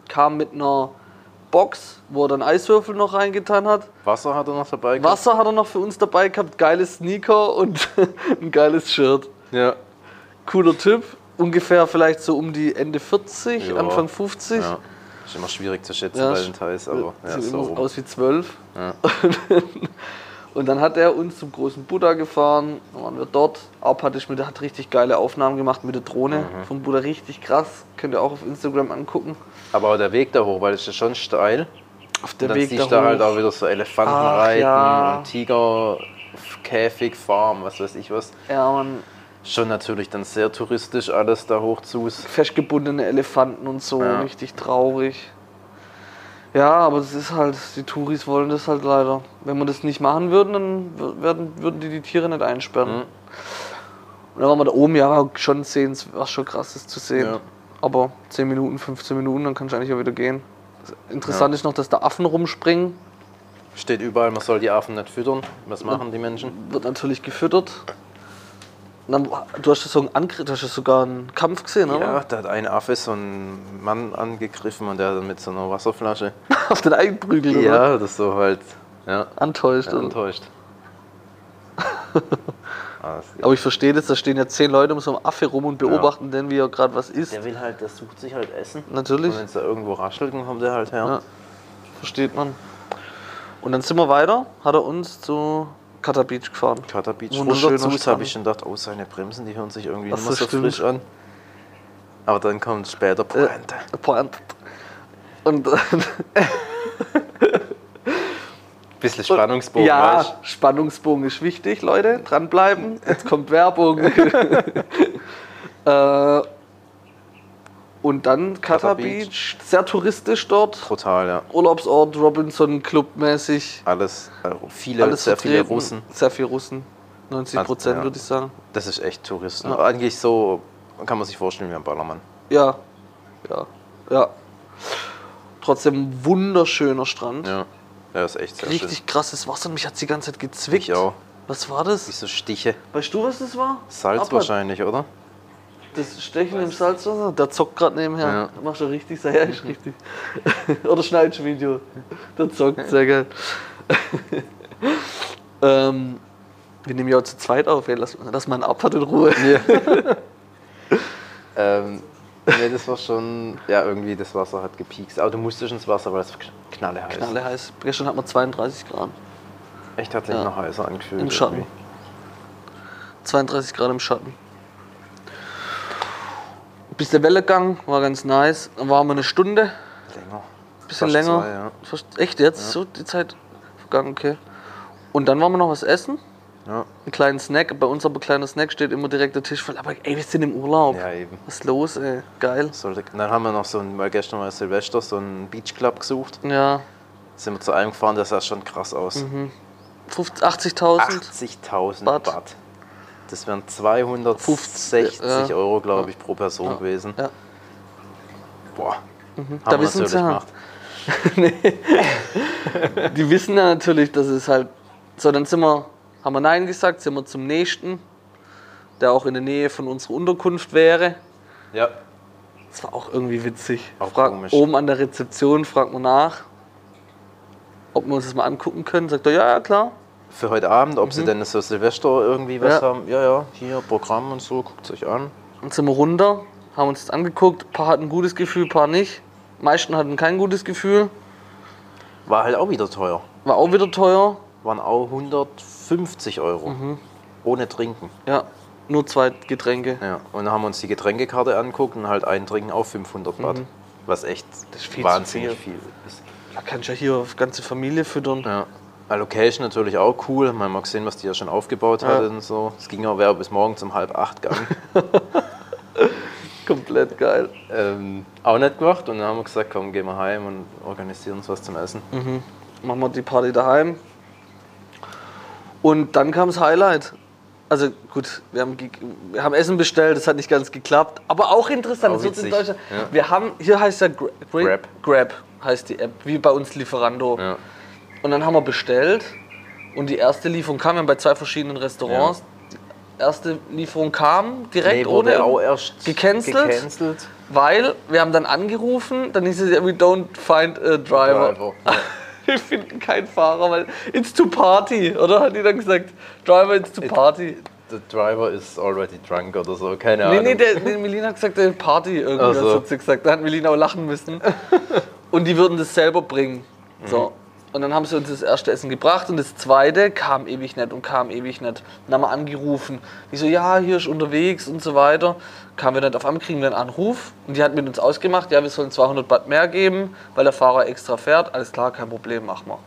S1: kam mit einer Box, wo er dann Eiswürfel noch reingetan hat.
S2: Wasser hat er noch dabei gehabt.
S1: Wasser hat er noch für uns dabei gehabt, geile Sneaker und *laughs* ein geiles Shirt.
S2: Ja.
S1: Cooler Typ, ungefähr vielleicht so um die Ende 40,
S2: Ja.
S1: Anfang 50.
S2: ja. Ist immer schwierig zu schätzen
S1: Ja,
S2: bei den Thais, aber ja,
S1: sieht
S2: so
S1: immer
S2: rum.
S1: aus wie zwölf.
S2: Ja.
S1: *laughs* Und dann hat er uns zum großen Buddha gefahren, dann waren wir dort. Ab hatte ich mit, der hat richtig geile Aufnahmen gemacht mit der Drohne
S2: Mhm.
S1: vom Buddha, richtig krass. Könnt ihr auch auf Instagram angucken.
S2: Aber auch der Weg da hoch, weil es ist ja schon steil.
S1: Auf der
S2: Der dann
S1: Weg
S2: siehst
S1: da,
S2: du da halt
S1: hoch.
S2: auch wieder so Elefanten
S1: Ach,
S2: reiten
S1: ja.
S2: und Tiger, Käfig, Farm, was weiß ich was.
S1: Ja, man,
S2: Schon natürlich dann sehr touristisch alles da hoch zu. ist.
S1: festgebundene Elefanten und so,
S2: Ja.
S1: richtig traurig. Ja, aber das ist halt, die Touris wollen das halt leider. Wenn wir das nicht machen würden, dann wür- werden, würden die die Tiere nicht einsperren.
S2: Mhm.
S1: Und dann waren wir da oben, ja, war schon sehen, war schon krass, das zu sehen.
S2: Ja.
S1: Aber 10 Minuten, 15 Minuten, dann kannst du eigentlich auch wieder gehen. Interessant ist noch, dass da Affen rumspringen,
S2: Steht überall, man soll die Affen nicht füttern. Was machen die Menschen?
S1: wird natürlich gefüttert. Und dann, du hast ja so einen Angriff, du hast ja sogar einen Kampf gesehen,
S2: Ja,
S1: oder?
S2: da hat ein Affe so einen Mann angegriffen und der hat dann mit so einer Wasserflasche.
S1: *laughs* Auf den Eigenprügel, oder?
S2: Ja, das so halt. Ja,
S1: Antäuscht.
S2: ja
S1: oder?
S2: *laughs* enttäuscht. Ah, Alles klar.
S1: Aber ich verstehe das, da stehen ja zehn Leute um so einen Affe rum und beobachten den, wie er gerade was isst.
S2: Der will halt, der sucht sich halt Essen.
S1: Natürlich.
S2: Und wenn es da irgendwo raschelt, dann kommt der halt her.
S1: Ja. Versteht man. Und dann sind wir weiter, hat er uns zu Qatar Beach gefahren.
S2: Cutter Beach, Oh,
S1: Wunderschöner
S2: Fuß
S1: Strand.
S2: habe ich schon gedacht, oh, seine Bremsen, die hören sich irgendwie
S1: Ach,
S2: nicht mehr
S1: das
S2: so Äh,
S1: stimmt.
S2: frisch an. Aber dann kommt später Pointe.
S1: Point. Äh, Und *laughs* dann
S2: Bisschen Spannungsbogen,
S1: ja,
S2: weißt
S1: Spannungsbogen ist wichtig, Leute. Dranbleiben. Jetzt kommt Werbung.
S2: *laughs*
S1: *laughs* äh, und dann Qatar
S2: Qatar
S1: Beach.
S2: Beach.
S1: sehr touristisch dort.
S2: Brutal, ja.
S1: Urlaubsort, Robinson Club mäßig.
S2: Alles, äh, viele,
S1: Alles
S2: sehr viele
S1: vertreten.
S2: Russen.
S1: Sehr viele Russen. 90 Prozent
S2: Also, ja.
S1: würde ich sagen.
S2: Das ist echt Touristen.
S1: Ja.
S2: Eigentlich so kann man sich vorstellen wie ein Ballermann.
S1: Ja. Ja. Ja. Trotzdem wunderschöner Strand.
S2: Ja, das ist echt sehr schön.
S1: Richtig krasses Wasser. Mich hat die ganze Zeit gezwickt.
S2: Ich auch.
S1: Was war das?
S2: Diese Stiche.
S1: Weißt du, was das war?
S2: Salz
S1: Abhat.
S2: wahrscheinlich, oder?
S1: Das Stechen im Salzwasser, der zockt gerade nebenher.
S2: Ja.
S1: Macht er richtig, sehr ist richtig. *laughs* Oder schneidest ein Video. Der zockt, sehr geil. *laughs* ähm, wir nehmen ja auch zu zweit auf, ey. Lass, lass mal einen Abfahrt in Ruhe.
S2: Ähm, nee, das war schon. Ja, irgendwie das Wasser hat gepiekst. Aber du musstest ins Wasser, weil es kn- knalle heiß
S1: Knalle heiß. Gestern hatten wir 32 Grad.
S2: Echt hat sich
S1: Ja.
S2: noch heißer angefühlt.
S1: Im Schatten.
S2: irgendwie.
S1: 32 Grad im Schatten. Bis der Wellegang war ganz nice. Dann waren wir eine Stunde,
S2: Länger.
S1: bisschen
S2: Fast
S1: länger.
S2: zwei, ja.
S1: Fast, echt jetzt? So die Zeit vergangen, okay. Und dann waren wir noch was essen.
S2: Ja.
S1: einen kleinen Snack. Bei uns aber kleiner Snack steht immer direkt der Tisch voll. Aber ey, wir sind im Urlaub.
S2: ja, eben.
S1: Was ist los, ey? Geil.
S2: Sollte, dann haben wir noch so ein, weil gestern war Silvester, so einen Beachclub gesucht.
S1: Ja,
S2: Sind wir zu einem gefahren, das sah schon krass aus.
S1: Mhm. 50 80.000.
S2: 80.000
S1: Baht.
S2: Baht. Das wären 260
S1: Ja.
S2: Euro, glaube ich, pro Person gewesen.
S1: Ja. Mhm.
S2: Boah. Haben
S1: Da wissen sie halt. ja. Die wissen ja natürlich, dass es halt. So, dann sind wir, haben wir Nein gesagt, sind wir zum nächsten, der auch in der Nähe von unserer Unterkunft wäre.
S2: Ja.
S1: Das war auch irgendwie witzig.
S2: Auch
S1: Frag,
S2: komisch.
S1: oben an der Rezeption fragt man nach, ob wir uns das mal angucken können. Sagt er, ja, ja, klar.
S2: Für heute Abend, ob sie denn so Silvester irgendwie was
S1: Mhm. Ja.
S2: haben. Ja, ja, hier Programm und so, guckt euch an.
S1: Dann sind wir runter, haben uns das angeguckt. Ein paar hatten ein gutes Gefühl, ein paar nicht. Die Meisten hatten kein gutes Gefühl.
S2: War halt auch wieder teuer.
S1: War auch wieder teuer.
S2: Waren auch 150 Euro.
S1: Mhm.
S2: Ohne Trinken.
S1: Ja, nur zwei Getränke.
S2: Ja. Und dann haben wir uns die Getränkekarte angeguckt und halt ein Trinken auch 500 Watt. Was echt
S1: Das ist viel zu
S2: wahnsinnig Mhm. viel. ist.
S1: Da kannst du ja hier auf ganze Familie füttern.
S2: Ja. A Location natürlich auch cool. Man mag sehen, was die ja schon aufgebaut hat und so. Es ging auch wäre bis morgens um halb acht gegangen.
S1: Komplett geil.
S2: *laughs* ähm, auch nicht gemacht. Und dann haben wir gesagt, komm, gehen wir heim und organisieren uns was zum Essen.
S1: Machen wir die Party daheim. Und dann kam das Highlight. Also gut, wir haben, ge- wir haben Essen bestellt, das hat nicht ganz geklappt. Aber auch interessant,
S2: Auch
S1: das witzig, in
S2: witzig,
S1: Deutschland.
S2: ja.
S1: Wir haben, hier heißt ja Gra Gra Grab.
S2: Grab.
S1: heißt die App, wie bei uns Lieferando.
S2: Ja.
S1: Und dann haben wir bestellt und die erste Lieferung kam ja bei zwei verschiedenen Restaurants. Die erste Lieferung kam direkt
S2: Nee, wurde
S1: ohne,
S2: auch erst
S1: gecancelt?
S2: gecancelt.
S1: weil wir haben dann angerufen, dann hieß es ja, we don't find a driver.
S2: Driver,
S1: *laughs* wir finden keinen Fahrer, weil it's too party, oder? Hat die dann gesagt, Driver, it's too party.
S2: The driver is already drunk oder so, keine
S1: Nee,
S2: Ahnung.
S1: nee, der, nee, Melina hat gesagt, der Party irgendwas
S2: Ach so.
S1: hat sie gesagt. Da hat Melina auch lachen
S2: *laughs*
S1: müssen. Und die würden das selber bringen.
S2: Mhm.
S1: So. Und dann haben sie uns das erste Essen gebracht und das zweite kam ewig nicht und kam ewig nicht. Dann haben wir angerufen. Die so, ja, hier ist unterwegs und so weiter. Kamen wir nicht auf einmal, kriegen wir einen Anruf und die hat mit uns ausgemacht, ja, wir sollen 200 Baht mehr geben, weil der Fahrer extra fährt. Alles klar, kein Problem, machen wir.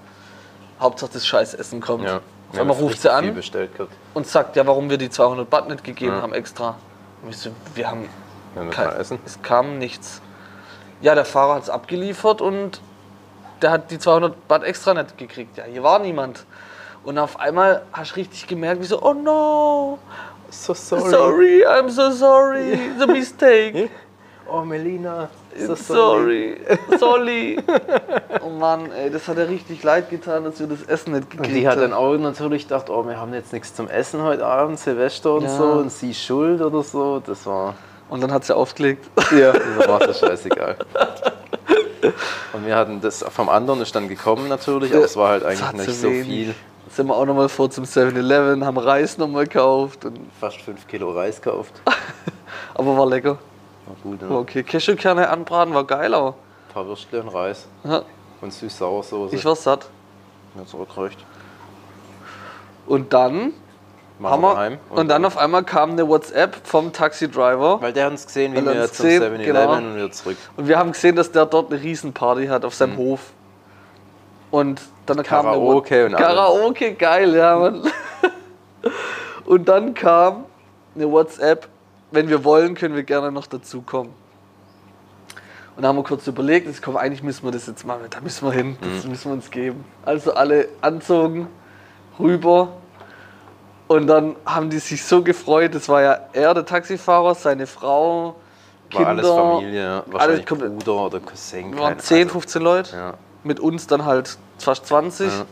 S1: Hauptsache das scheiß Essen kommt.
S2: ja.
S1: Auf einmal ruft sie
S2: Viel
S1: an
S2: bestellt gehabt.
S1: und sagt, ja, warum wir die 200 Baht nicht gegeben haben extra. Und ich so, wir haben
S2: Wir müssen
S1: kein,
S2: mal essen.
S1: es kam nichts. Ja, der Fahrer hat es abgeliefert und der hat die 200 Baht extra nicht gekriegt. Ja, hier war niemand. Und auf einmal hast du richtig gemerkt, wie so, oh no,
S2: *laughs* So
S1: sorry, I'm so
S2: *laughs*
S1: sorry, the mistake,
S2: Oh, Melina. So
S1: sorry, sorry. oh Mann, ey, das hat ja richtig leid getan, dass wir das Essen nicht gekriegt
S2: Und die hat
S1: haben.
S2: dann auch natürlich gedacht, oh, wir haben jetzt nichts zum Essen heute Abend, Silvester und
S1: Ja.
S2: so, und sie ist schuld oder so.
S1: *laughs*
S2: Das war.
S1: Und dann hat sie aufgelegt.
S2: Ja. Das war das scheißegal. Und wir hatten das vom anderen ist dann gekommen natürlich, aber es war halt
S1: Das
S2: eigentlich
S1: hat
S2: nicht
S1: sie
S2: so
S1: wenig.
S2: viel.
S1: Sind wir auch nochmal vor zum 7-Eleven, haben Reis nochmal gekauft. Und,
S2: Fast 5 Kilo Reis gekauft.
S1: aber war lecker.
S2: War gut, ne?
S1: War okay. Cashewkerne anbraten war geil, aber
S2: Ein paar Würstle und Reis
S1: ja,
S2: und süß-sauersoße.
S1: ich war satt.
S2: Ja, zurückreicht.
S1: Und dann
S2: Machen
S1: haben
S2: wir
S1: wir,
S2: daheim.
S1: und, dann auf einmal kam eine WhatsApp vom Taxi-Driver
S2: Weil der hat uns gesehen, wie
S1: Weil er
S2: wir
S1: uns
S2: zum
S1: gesehen,
S2: 7-Eleven
S1: genau.
S2: und wieder zurück.
S1: und wir haben gesehen, dass der dort eine Riesenparty hat auf seinem Hof. Und dann kam eine What-
S2: Mhm. Karaoke und alles.
S1: Karaoke, geil, ja, Mann. *laughs* und dann kam eine WhatsApp, wenn wir wollen, können wir gerne noch dazukommen. Und da haben wir kurz überlegt, jetzt komm, eigentlich müssen wir das jetzt machen, da müssen wir hin,
S2: Mhm.
S1: das müssen wir uns geben. Also alle anzogen, rüber. Und dann haben die sich so gefreut, das war ja er, der Taxifahrer, seine Frau, Kinder.
S2: War alles Familie, ja. wahrscheinlich
S1: komplett-
S2: Bruder oder
S1: Wir
S2: Cousin. keine
S1: waren
S2: Ahnung.
S1: 10, 15 Leute,
S2: Ja.
S1: mit uns dann halt fast 20.
S2: Ja.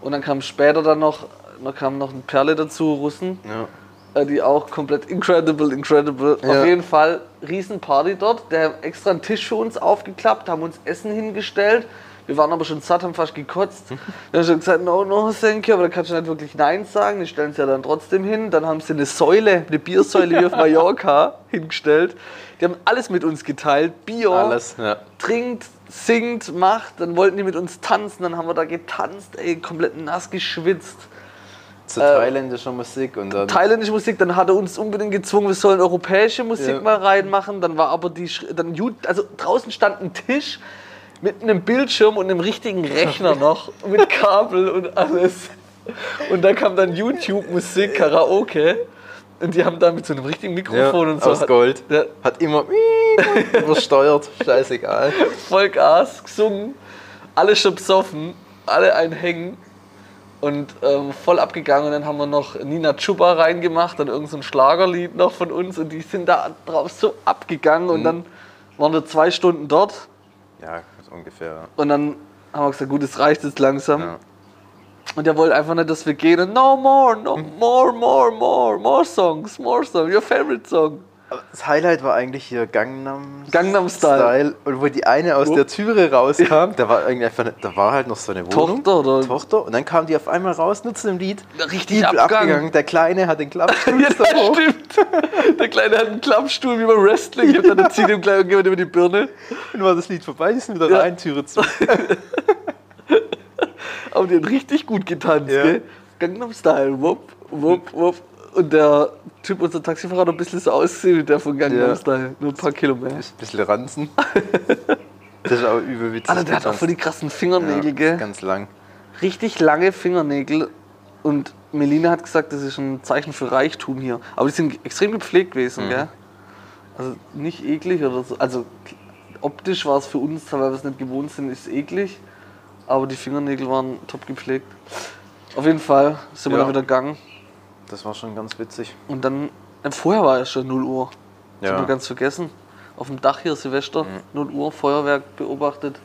S1: Und dann kam später dann noch, noch kam noch ein Perle dazu, Russen,
S2: Ja.
S1: äh, die auch komplett incredible, incredible.
S2: Ja.
S1: Auf jeden Fall Riesenparty dort. Der haben extra einen Tisch für uns aufgeklappt, haben uns Essen hingestellt. Wir waren aber schon satt, haben fast gekotzt.
S2: Hm.
S1: Dann haben schon gesagt, no, no, thank you, aber da kannst du nicht wirklich Nein sagen. Die stellen es ja dann trotzdem hin. Dann haben sie eine Säule, eine Biersäule
S2: *laughs*
S1: wie auf Mallorca hingestellt. Die haben alles mit uns geteilt, Bier
S2: Alles, ja.
S1: trinkt, singt, macht. Dann wollten die mit uns tanzen, dann haben wir da getanzt, ey, komplett nass geschwitzt.
S2: Zu
S1: Ähm,
S2: thailändischer Musik und dann.
S1: Thailändische Musik, dann hat er uns unbedingt gezwungen, wir sollen europäische Musik
S2: Ja.
S1: mal reinmachen. Dann war aber die, Schri- dann, Ju- also draußen stand ein Tisch mit einem Bildschirm und einem richtigen Rechner
S2: *laughs*
S1: noch, mit Kabel und alles. Und da kam dann YouTube-Musik, Karaoke. Und die haben dann mit so einem richtigen
S2: ja,
S1: Mikrofon und so.
S2: aus Gold.
S1: Ja,
S2: Hat immer *laughs* übersteuert. Scheißegal.
S1: voll Gas gesungen, alle schon besoffen, alle einhängen und ähm, voll abgegangen. Und dann haben wir noch Nina Chuba reingemacht, dann irgendein so ein Schlagerlied noch von uns und die sind da drauf so abgegangen und dann waren wir zwei Stunden dort
S2: Ja, so ungefähr.
S1: und dann haben wir gesagt, gut, es reicht jetzt langsam.
S2: Ja.
S1: Und er wollte einfach nicht, dass wir gehen und no more, no more, more, more, more songs, more songs, your favorite song.
S2: Aber das Highlight war eigentlich hier Gangnam,
S1: Gangnam Style.
S2: Und wo die eine aus
S1: Wo-
S2: der Türe rauskam, da war, irgendwie einfach, eine- da war halt noch so eine Wohnung.
S1: Tochter oder-
S2: Tochter. Und dann kam die auf einmal raus, nur zu dem Lied.
S1: Richtig
S2: Übel
S1: abgegangen.
S2: Der Kleine hat den
S1: *laughs*
S2: Klappstuhl
S1: Ja,
S2: so
S1: das
S2: hoch.
S1: stimmt. Der Kleine hat einen Klappstuhl wie beim Wrestling. Ich hab dann zieht dem Kleinen jemand über die Birne.
S2: Und war das Lied vorbei, die sind wieder
S1: Ja.
S2: rein, Türe zu.
S1: Aber die hat richtig gut getanzt,
S2: Ja.
S1: gell? Gangnam Style, wupp, wupp, wupp. Und der Typ, unser Taxifahrer, hat ein bisschen so ausgesehen wie der von Gangnam
S2: Ja.
S1: Style. Nur ein paar Kilo mehr.
S2: Ein bisschen
S1: *laughs*
S2: ranzen. Das ist aber übel witzig.
S1: Alter, der hat auch
S2: getanzt.
S1: voll die krassen
S2: Ja,
S1: Fingernägel, gell?
S2: Ganz lang.
S1: richtig lange Fingernägel. Und Melina hat gesagt, das ist ein Zeichen für Reichtum hier. Aber die sind extrem gepflegt gewesen,
S2: Mhm.
S1: gell? Also nicht eklig oder so. Also k- optisch war es für uns, weil wir es nicht gewohnt sind, ist es eklig. Aber die Fingernägel waren top gepflegt. Auf jeden Fall sind wir
S2: Ja.
S1: dann wieder gegangen.
S2: Das war schon ganz witzig.
S1: Und dann, äh, vorher war ja schon 0 Uhr. Das
S2: Ja. Mhm.
S1: haben wir ganz vergessen. Auf dem Dach hier, Silvester, 0 Uhr, Feuerwerk beobachtet.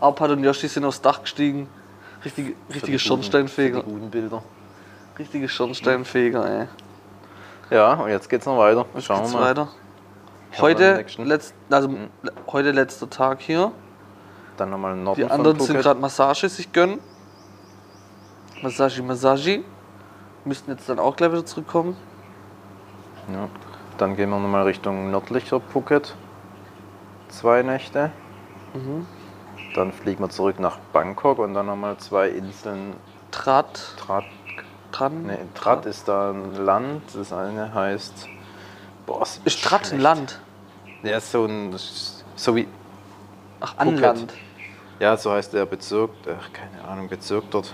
S1: Arpad und Yoshi sind aufs Dach gestiegen. Richtig,
S2: Für die guten-
S1: richtige Schornsteinfeger.
S2: für Die guten Bilder.
S1: Richtige Schornsteinfeger, ey.
S2: Ja, und jetzt geht's noch weiter. Schauen
S1: Geht's
S2: wir mal.
S1: weiter?
S2: wir den
S1: Heute,
S2: nächsten? Hm.
S1: letzt, also, le- heute letzter Tag hier.
S2: Dann nochmal in den Norden
S1: Die anderen
S2: von
S1: sind
S2: Phuket.
S1: gerade Massage sich gönnen. Massage, Massage. Müssten jetzt dann auch gleich wieder zurückkommen.
S2: Ja. Dann gehen wir nochmal Richtung nördlicher Phuket. Zwei Nächte. Dann fliegen wir zurück nach Bangkok und dann nochmal zwei Inseln.
S1: Trat,
S2: Trat,
S1: Tran.
S2: nee, Trat ist da ein Land. Das eine heißt. Boah, ist
S1: Ist Trat ein
S2: schlecht.
S1: Land?
S2: Ja, ist so ein. So wie.
S1: Ach, an
S2: Phuket.
S1: Land.
S2: Ja, so heißt der Bezirk. Ach, keine Ahnung, Bezirk dort.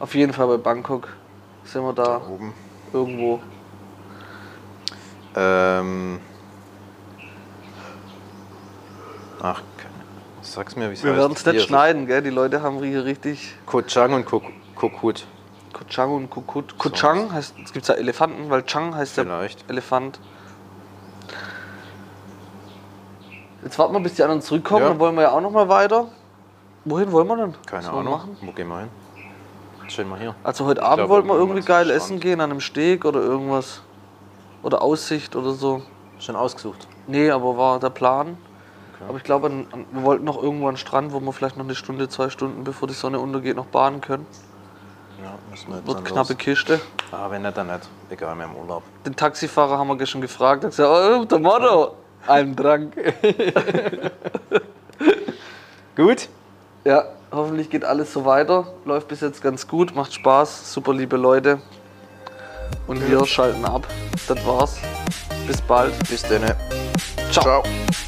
S1: Auf jeden Fall bei Bangkok sind wir da
S2: Oben.
S1: irgendwo.
S2: Ähm. Ach, keine Sag's mir, wie es heißt.
S1: Wir werden es
S2: Hier
S1: nicht
S2: ist
S1: schneiden, gell? Die Leute haben hier richtig
S2: Koh Chang und Koh, Koh Kut.
S1: Kochang und Kukut. Kochang heißt, es gibt ja Elefanten, weil Chang heißt
S2: Vielleicht.
S1: der Elefant. Jetzt warten wir, bis die anderen zurückkommen,
S2: Ja.
S1: dann wollen wir ja auch nochmal weiter. Wohin wollen wir denn?
S2: Keine
S1: Was wollen wir
S2: Ahnung.
S1: machen?
S2: Wo gehen wir hin? Schön mal hier.
S1: Also heute Abend
S2: glaub,
S1: wollten wir
S2: irgendwann
S1: irgendwie
S2: zum
S1: geil
S2: Strand.
S1: essen gehen, an einem Steg oder irgendwas. Oder Aussicht oder so.
S2: Schon ausgesucht.
S1: Nee, aber war der Plan. Aber ich glaube, an, an, wir wollten noch irgendwo an den Strand, wo wir vielleicht noch eine Stunde, zwei Stunden, bevor die Sonne untergeht, noch baden können.
S2: Ja, müssen wir jetzt
S1: Wird
S2: dann
S1: knappe
S2: los.
S1: Kiste.
S2: Ah, wenn nicht, dann nicht. Egal, wir haben Urlaub.
S1: Den Taxifahrer haben wir gestern gefragt. Er hat gesagt, oh, tomorrow, I'm drunk.
S2: Gut.
S1: Ja, Hoffentlich geht alles so weiter. Läuft bis jetzt ganz gut, macht Spaß, super liebe Leute. Und wir schalten ab. Das war's. Bis bald.
S2: Bis dann.
S1: Ciao.
S2: Ciao.